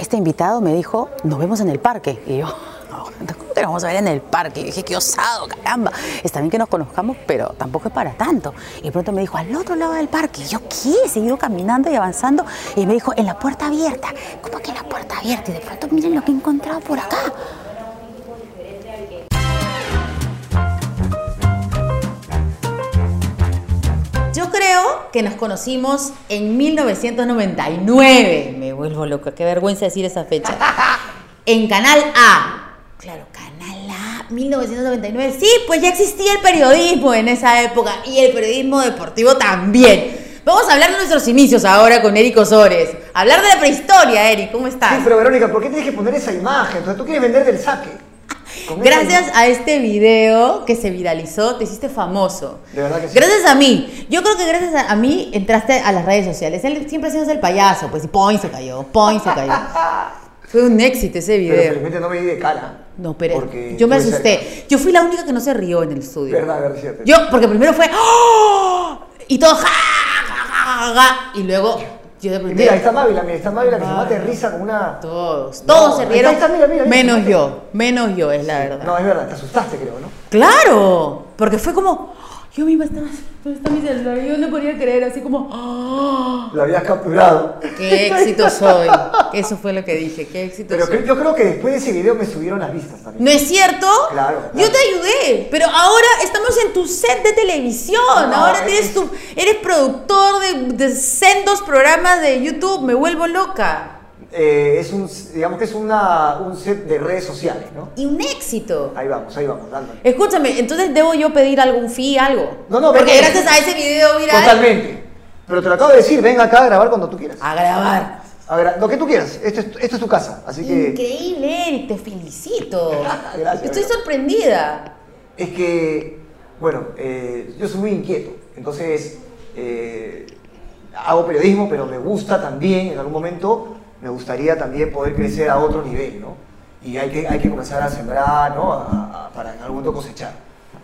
este invitado me dijo, nos vemos en el parque. Y yo, "No, ¿cómo te vamos a ver en el parque? Y dije, qué osado, caramba. Está bien que nos conozcamos, pero tampoco es para tanto. Y de pronto me dijo, al otro lado del parque. Y yo, ¿qué? Seguí caminando y avanzando. Y me dijo, en la puerta abierta. ¿Cómo que en la puerta abierta? Y de pronto, miren lo que he encontrado por acá. Yo creo que nos conocimos en 1999. Me vuelvo loca, qué vergüenza decir esa fecha. En Canal A. Claro, Canal A, 1999. Sí, pues ya existía el periodismo en esa época y el periodismo deportivo también. Vamos a hablar de nuestros inicios ahora con Eric Osores. Hablar de la prehistoria, Eric, ¿cómo estás? Sí, pero Verónica, ¿por qué tienes que poner esa imagen? O sea, tú quieres vender del saque. Con esa Gracias a este video que se viralizó, te hiciste famoso. De verdad que sí. Gracias a mí. Yo creo que gracias a, a mí entraste a las redes sociales. Él siempre hacías el payaso, pues, y point se cayó, point se cayó. Fue un éxito ese Pero video. felizmente no me di de cara. no, pero porque yo me estuve asusté. cerca. Yo fui la única que no se rió en el estudio. Verdad, verdad, cierto. Yo, porque primero fue ¡Oh! y todo ja, ja, ja, ja, ja, y luego yo de Y pronto- mira, ahí está Mávila, mira, está Mávila que se Ah. mata de risa con una... todos, todos No, se ahí rieron, está, mira, mira, mira. menos yo, menos yo es la verdad. No, es verdad, te asustaste creo, ¿no? Claro, porque fue como, ¡Ah! yo misma estaba, ¿dónde está mi celular? Yo no podía creer, así como, ¡ah! Lo habías capturado. ¡qué éxito soy! Eso fue lo que dije, ¡qué éxito Pero soy! que- yo creo que después de ese video me subieron las vistas también. ¿No es cierto? Claro, claro. Yo te ayudé, pero ahora estamos en tu set de televisión. No, ahora es- tienes tu, eres productor de, de sendos programas de YouTube. Me vuelvo loca. Eh, es un, digamos que es una, un set de redes sociales, ¿no? Y un éxito. Ahí vamos, ahí vamos, dándole. Eh, Escúchame, entonces debo yo pedir algún fee, algo. No, no, Porque ven- gracias a ese video viral. Totalmente. Pero te lo acabo de decir, ven acá a grabar cuando tú quieras. A grabar. A ver, lo que tú quieras, esto es, esto es tu casa, así que... Increíble, Eric, te felicito. Gracias, Estoy bro. sorprendida. Es que, bueno, eh, yo soy muy inquieto, entonces eh, hago periodismo, pero me gusta también, en algún momento, me gustaría también poder crecer a otro nivel, ¿no? Y hay que, hay que comenzar a sembrar, ¿no? A- a- para en algún momento cosechar.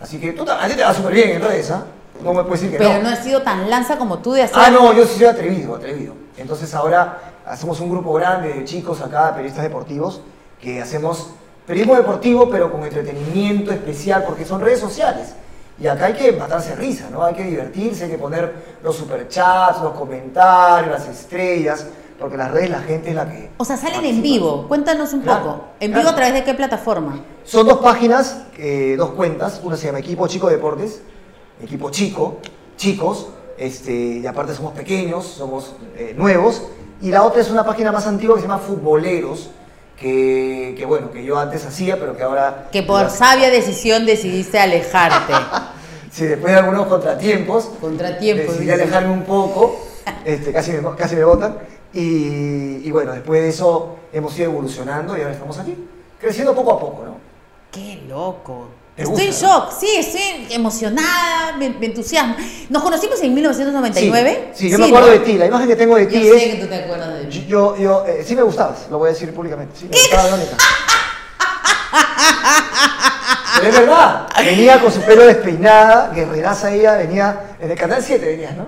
Así que tú, ta- a ti te va súper bien en redes, ¿ah? No me puedes decir que Pero no he sido tan lanza como tú de hacer. Ah, no, yo sí soy atrevido, atrevido. Entonces ahora hacemos un grupo grande de chicos acá, periodistas deportivos, que hacemos periodismo deportivo, pero con entretenimiento especial, porque son redes sociales. Y acá hay que matarse risa, ¿no? Hay que divertirse, hay que poner los superchats, los comentarios, las estrellas, porque las redes la gente es la que... O sea, salen en participa. vivo. Cuéntanos un Ah, Claro, poco. ¿En claro. vivo a través de qué plataforma? Son dos páginas, eh, dos cuentas. Una se llama Equipo Chico Deportes, Equipo Chico, Chicos, este, y aparte somos pequeños, somos eh, nuevos. Y la otra es una página más antigua que se llama Futboleros, que, que, bueno, que yo antes hacía, pero que ahora... Que por Sí, sabia decisión decidiste alejarte. después de algunos contratiempos, Contratiempo, decidí dice. alejarme un poco, este, casi, me, casi me botan. Y, y bueno, después de eso hemos ido evolucionando y ahora estamos aquí, creciendo poco a poco, ¿no? Qué loco. Te Estoy en gusta, shock, sí, estoy emocionada, me, me entusiasma. Nos conocimos en 1999. Sí, sí, yo me acuerdo ¿no? de ti. La imagen que tengo de ti Yo sé que es. tú te acuerdas de mí. Yo, yo, eh, sí me gustabas, lo voy a decir públicamente. Sí, me gustaba Verónica. Pero es verdad. Venía con su pelo despeinada, guerreraza ella, venía. En el canal 7 venías, ¿no?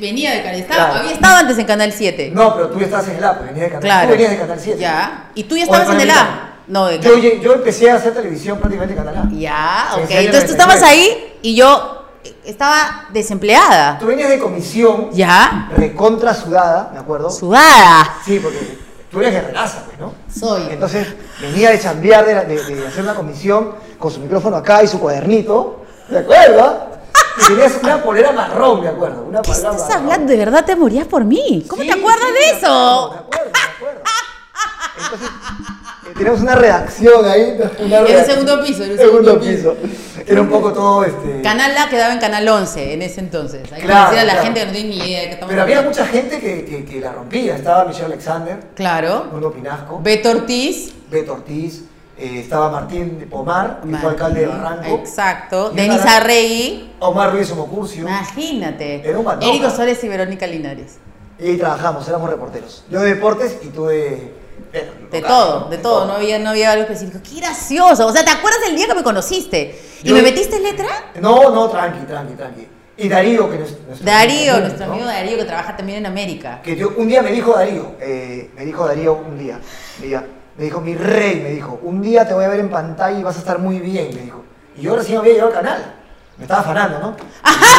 Venía de Canal estaba- Claro. Había estado antes en Canal 7. No, pero tú ya estabas en el A, pues, venías de canal Claro. Tú venías de canal 7. Ya. ¿Y tú ya O de estabas en el A? Panamericana. No, de Yo, lle- yo empecé a hacer televisión prácticamente en canal A. Ya, Sí, ok. sí, en el Entonces tú estabas 99. ahí y yo estaba desempleada. Tú venías de comisión, Ya. recontra sudada, ¿me acuerdo? Sudada. Sí, porque tú eres guerreraza, pues, ¿no? Soy. Entonces venía de chambear, de, la- de- de hacer una comisión con su micrófono acá y su cuadernito, ¿de acuerdo? Y tenías una polera marrón, me acuerdo. Una ¿Qué polera estás marrón. hablando? ¿De verdad te morías por mí? ¿Cómo Sí, te acuerdas sí, de me acuerdo, eso? Me acuerdo, me acuerdo. Entonces, eh, tenemos una redacción ahí. una En un redacción. segundo piso, en un segundo segundo piso. Era un poco todo este. Canal A quedaba en Canal 11 en ese entonces. Hay que Claro, decir a la claro. gente que no tiene ni idea de qué estamos Pero había hablando. mucha gente que, que- que la rompía. Estaba Michelle Alexander, Claro. Nuno Pinasco. Beto Ortiz. Beto Ortiz, eh, estaba Martín de Pomar, que Martín, fue alcalde de Barranco. Exacto. Y Denis Barranco- Arregui. Omar Ruiz Omocurcio. Imagínate. Era un bandón. Eric Osores y Verónica Linares. Y ahí trabajamos, éramos reporteros. Yo de deportes y tú de. bueno, De local, todo, de todo, no había, no había algo específico. ¡Qué gracioso! O sea, ¿te acuerdas del día que me conociste? ¿Y Yo- me metiste letra? No, no, tranqui, tranqui, tranqui. Y Darío, que nos- nuestro Darío, ¿no? nuestro amigo Darío que trabaja también en América. Que yo- un día me dijo Darío, eh, me dijo Darío un día, me dijo, me dijo, mi rey, me dijo, un día te voy a ver en pantalla y vas a estar muy bien, me dijo. Y yo recién había llegado al canal, me estaba afanando, ¿no? Claro,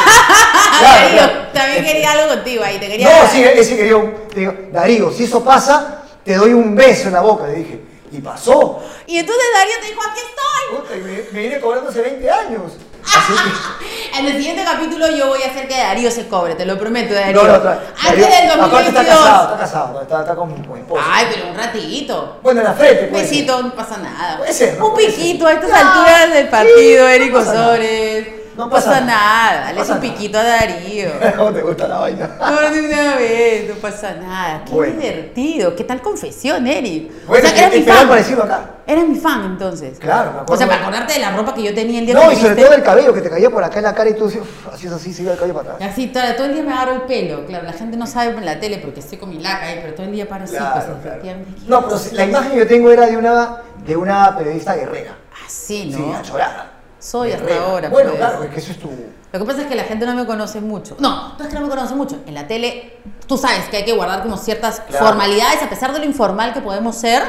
Ah, Darío, claro. Este- también quería algo contigo ahí, te quería. No, sí, eh, sí, quería un- te digo, Darío, si eso pasa, te doy un beso en la boca, le dije. Y pasó. Y entonces Darío te dijo, aquí estoy. Puta, y me, me vine cobrando hace 20 años. Ah, Así que... En el siguiente capítulo yo voy a hacer que Darío se cobre, te lo prometo, Darío. No, no, tra- Antes del Darío, Aparte está 2022. casado, está casado, está, está con mi esposa. Ay, pero un ratito. Bueno, en la frente, Un puede ser. besito, no pasa nada. Puede ser, ¿no? Un Puede ser. piquito a estas Ya, alturas del sí, partido, no Eric pasa nada. Osores. No pasa nada. nada. Dale Pasa un nada. piquito a Darío. ¿Cómo te gusta la vaina? No, de una vez, no pasa nada. Qué Bueno. divertido. ¿Qué tal confesión, Eric? Bueno, o sea, que eras mi esperar fan. para decirlo acá. Eras mi fan entonces. Claro, me acuerdo. O sea, para acordarte de la ropa que yo tenía el día que No, me y sobre viste. todo el cabello que te caía por acá en la cara y tú decías, "Uf, así es así, se iba el cabello para atrás. Así, todo, todo el día me agarro el pelo. Claro, la gente no sabe en la tele porque estoy con mi laca ahí, pero todo el día paro así, pues, efectivamente. No, pero si- la imagen que yo tengo era de una, de una periodista guerrera. Así, ¿no? Sí, achorada. Soy hasta Guerrera. ahora, Bueno, pues. claro, es que eso es tu. Lo que pasa es que la gente no me conoce mucho. No, tú es que no me conoce mucho. En la tele, tú sabes que hay que guardar como ciertas Claro. formalidades, a pesar de lo informal que podemos ser,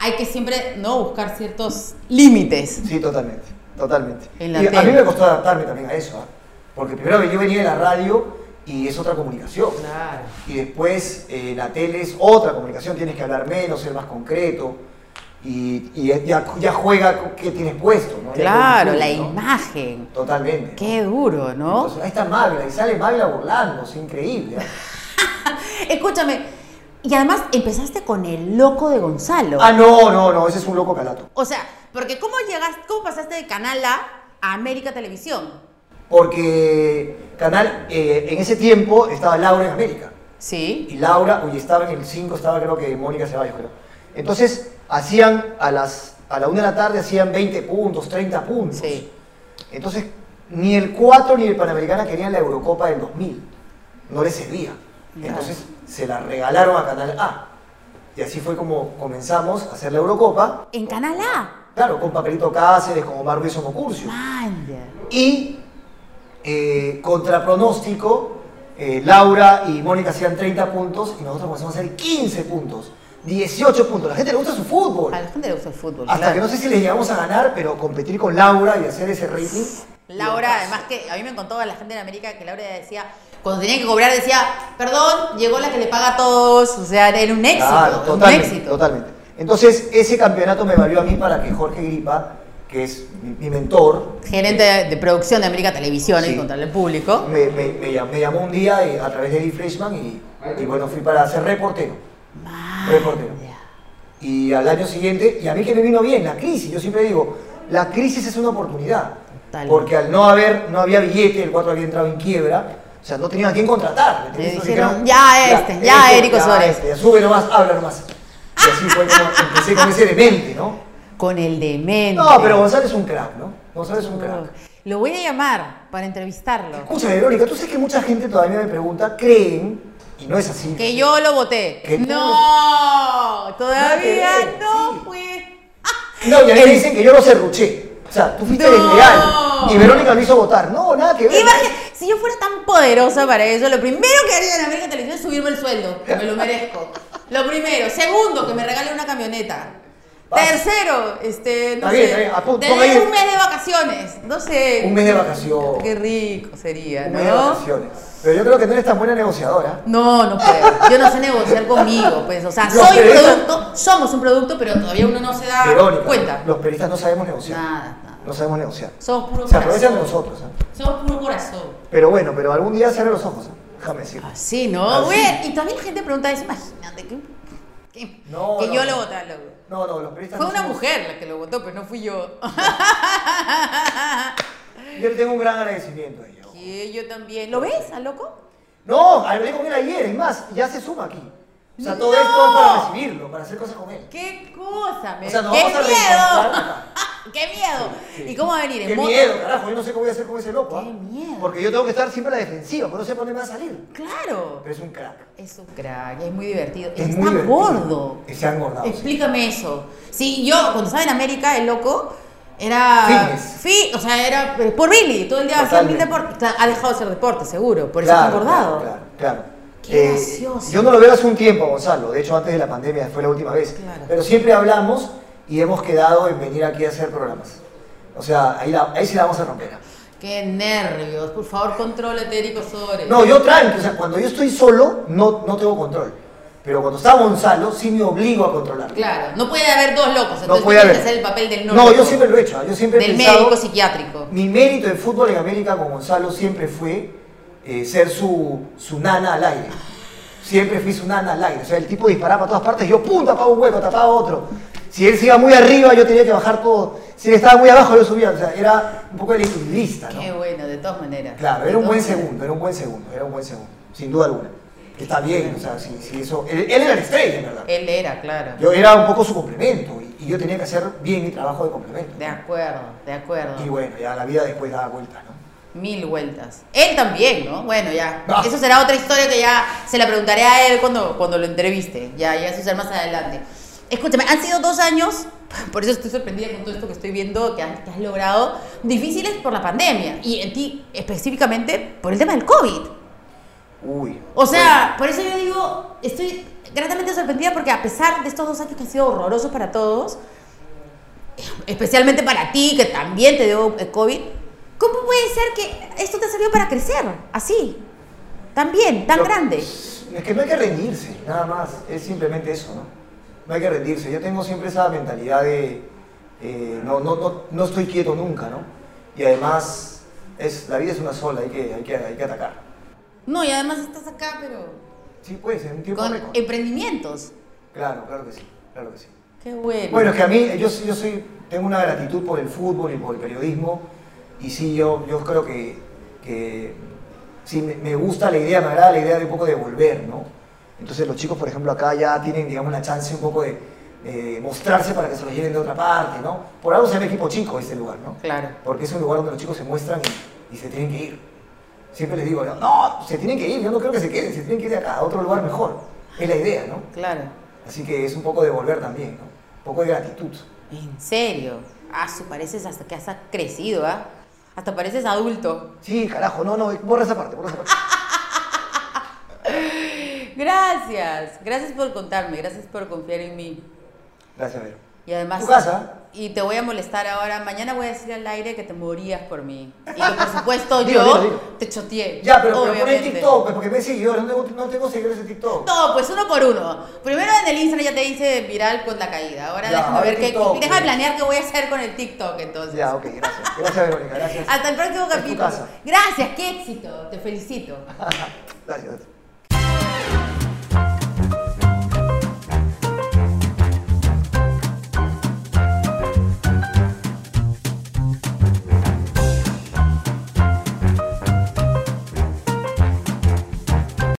hay que siempre no buscar ciertos límites. Sí, totalmente. Totalmente. En la Y a tele. mí me costó adaptarme también a eso. ¿ah? Porque primero yo venía de la radio y es otra comunicación. Claro. Y después eh, la tele es otra comunicación, tienes que hablar menos, ser más concreto. Y, y ya, ya juega con qué tienes puesto, ¿no? Ya Claro, con la YouTube, ¿no? imagen. Totalmente. Qué duro, ¿no? Entonces, ahí está Mávila, y sale Mávila burlando, es increíble. ¿ah? Escúchame, y además empezaste con el loco de Gonzalo. Ah, no, no, no, ese es un loco calato. O sea, porque ¿cómo llegaste, cómo pasaste de Canal A a América Televisión? Porque Canal, eh, en ese tiempo estaba Laura en América. Sí. Y Laura, uy, estaba en el 5, estaba creo que Mónica Ceballos, creo. Entonces, hacían a las a la 1 de la tarde hacían 20 puntos, 30 puntos. Sí. Entonces, ni el 4 ni el Panamericana querían la Eurocopa del 2000. No les servía. Ya. Entonces, se la regalaron a Canal A. Y así fue como comenzamos a hacer la Eurocopa. En Canal A. Claro, con Papelito Cáceres, con Omar Ruiz Ocurcio. Manja. Y, eh, contra pronóstico, eh, Laura y Mónica hacían 30 puntos y nosotros comenzamos a hacer 15 puntos, 18 puntos. La gente le gusta su fútbol. A la gente le gusta el fútbol. Hasta claro. que no sé si les llegamos a ganar, pero competir con Laura y hacer ese rating. Laura, además que a mí me contó a la gente en América que Laura decía, cuando tenía que cobrar decía, perdón, llegó la que le paga a todos, o sea, era un éxito, Claro, un Ah, totalmente, éxito. totalmente. Entonces, ese campeonato me valió a mí para que Jorge Gripa, que es mi, mi mentor, Gerente de, de producción de América Televisión Sí. y contarle al público. me, me- me llam- me llamó un día eh, a través de Eddie Freshman y, y bueno, fui para ser reportero. Reportero. Y al año siguiente, y a mí que me vino bien, la crisis, yo siempre digo, la crisis es una oportunidad. Total. Porque al no haber, no había billete, el 4 había entrado en quiebra, o sea, no tenían a quién contratar. Le Entonces dijeron, "Ya este, ya Eric Osores". este, ya sube nomás, habla nomás. Y así fue como empecé con ese demente, ¿no? Con el demente. No, pero González es un crack, ¿no? González es un Oh, crack. Lo voy a llamar para entrevistarlo. Escúchame, Verónica, tú sabes que mucha gente todavía me pregunta, creen, y no es así. Que yo lo voté. Que tú No, todavía Nada que ver, no Ah, sí. fue. No, y a mí me dicen que yo lo serruché. O sea, tú fuiste No. desleal. Y Verónica lo hizo votar. No, nada que ver. Imagina- si yo fuera tan poderosa para eso, lo primero que haría en América Televisión es subirme el sueldo, que me lo merezco. Lo primero. Segundo, que me regale una camioneta. Vas. Tercero, este, no Está bien, sé, está bien. Apu- tener ponga ahí- un mes de vacaciones, no sé. Un mes de vacaciones. Qué rico sería, Un ¿no? mes de vacaciones. Pero yo creo que no eres tan buena negociadora. No, no puedo. Yo no sé negociar conmigo, pues. O sea, Los soy un periodistas- producto, somos un producto, pero todavía uno no se da Verónica. Ah, cuenta. Los periodistas no sabemos negociar. Nada, nada. No sabemos negociar. Somos puro Se aprovechan de corazón. nosotros. ¿eh? Somos puro corazón. Pero bueno, pero algún día cierra los ojos. ¿eh? Déjame decir. Así, ¿no? Así. Güey, y también la gente pregunta eso, imagínate que, que, No, que no, yo no. lo votara. lo- No, no, los periodistas. Fue no una somos- mujer la que lo votó, pero no fui yo. Yo le tengo un gran agradecimiento a ella. que yo también. ¿Lo ves, al loco? No, hablé con él ayer. Es más, ya se suma aquí. O sea, todo No. esto es para recibirlo, para hacer cosas con él. ¡Qué cosa! Me... O sea, nos ¡Qué vamos a miedo! reencontrar. ¡Qué miedo! Sí. ¿Y cómo va a venir? ¿En Qué moto? miedo, carajo, yo no sé qué voy a hacer con ese loco. ¿ah? Qué miedo. Porque yo tengo que estar siempre a la defensiva, pero no sé por dónde me va a salir. ¡Claro! Pero es un crack. Es un crack, es muy divertido. Es Está muy divertido. gordo. Está engordado, sí. Explícame eso. Sí, yo, cuando estaba en América, el loco, Era. Fitness. Fi- o sea, era por Billy. Todo el día hacía mil Totalmente. deportes. Claro, Ha dejado de hacer deporte, seguro. Por eso está engordado. Claro, claro. Qué Eh, gracioso. yo no lo veo hace un tiempo, Gonzalo. De hecho, antes de la pandemia fue la última vez. Claro. Pero siempre hablamos y hemos quedado en venir aquí a hacer programas. O sea, ahí, la- ahí sí la vamos a romper. Qué nervios. Por favor, contrólate, Erico Sobre. No, yo tranqui. O sea, cuando yo estoy solo, no, no tengo control. Pero cuando está Gonzalo, sí me obligo a controlar. Claro. No puede haber dos locos. Entonces No puede tienes haber. que hacer el papel del no, yo loco, siempre lo he hecho. ¿ah? Yo siempre he Del pensado- médico psiquiátrico. Mi mérito en fútbol en América con Gonzalo siempre fue eh, ser su, su nana al aire. Siempre fui su nana al aire. O sea, el tipo disparaba para todas partes, yo pum, tapaba un hueco, tapaba otro. Si él se iba muy arriba, yo tenía que bajar todo. Si él estaba muy abajo, yo subía. O sea, era un poco el equilibrista, ¿no? Qué bueno, de todas maneras. Claro, De era un buen todas maneras. segundo, era un buen segundo, era un buen segundo, sin duda alguna. Está bien, o sea, si, si eso. Él, él era la estrella, en verdad. Él era, claro. Yo era un poco su complemento y, y yo tenía que hacer bien mi trabajo de complemento. De acuerdo, de acuerdo. Y bueno, ya la vida después daba vueltas, ¿no? Mil vueltas. Él también, ¿no? Bueno, ya. Ah. Eso será otra historia que ya se la preguntaré a él cuando, cuando lo entreviste. Ya, ya eso será más adelante. Escúchame, han sido dos años, por eso estoy sorprendida con todo esto que estoy viendo, que has, que has logrado, difíciles por la pandemia. Y en ti específicamente por el tema del COVID. Uy. O sea, Pues- por eso yo digo, estoy gratamente sorprendida porque a pesar de estos dos años que han sido horrorosos para todos, especialmente para ti, que también te dio eh, COVID, ¿cómo puede ser que esto te ha servido para crecer así? También, tan Yo- grande. Es que no hay que rendirse, nada más. Es simplemente eso, ¿no? No hay que rendirse. Yo tengo siempre esa mentalidad de eh, no, no, no, no estoy quieto nunca, ¿no? Y además, es, la vida es una sola, hay que, hay que, hay que atacar. No, y además estás acá, pero Sí, pues, en un tiempo con em récord. emprendimientos. Claro, claro que sí, claro que sí. Qué bueno. Bueno, es que a mí, yo, soy- yo soy, tengo una gratitud por el fútbol y por el periodismo. Y sí, yo, yo creo que, que sí, me, me gusta la idea, me agrada la idea de un poco de volver, ¿no? Entonces los chicos, por ejemplo, acá ya tienen, digamos, la chance un poco de eh, mostrarse para que se los lleven de otra parte, ¿no? Por algo se llama equipo chico este lugar, ¿no? Claro. Porque es un lugar donde los chicos se muestran y, y se tienen que ir. Siempre les digo, no, no, se tienen que ir, yo no creo que se queden, se tienen que ir de acá, a otro lugar mejor. Es la idea, ¿no? Claro. Así que es un poco de volver también, ¿no? Un poco de gratitud. En serio. Ah, su pareces hasta que has crecido, ¿ah? Hasta pareces adulto. Sí, carajo, no, no, borra esa parte, borra esa parte. Gracias, gracias por contarme, gracias por confiar en mí. Gracias, Vero. Y además... Tu casa. Y te voy a molestar ahora, mañana voy a decir al aire que te morías por mí. Y que por supuesto Dilo, yo dilo, dilo. te choteé. Ya, pero, pero poné en obviamente. TikTok, pues, porque me sigue, yo no tengo, no tengo seguidores en TikTok. No, pues uno por uno. Primero en el Instagram ya te hice viral con la caída. Ahora Ya, déjame ver ahora qué... TikTok, Déjame pues. planear qué voy a hacer con el TikTok entonces. Ya, ok, gracias. Gracias, Ah. Verónica, gracias. Hasta el próximo tu capítulo. casa. Gracias, qué éxito. Te felicito. Gracias.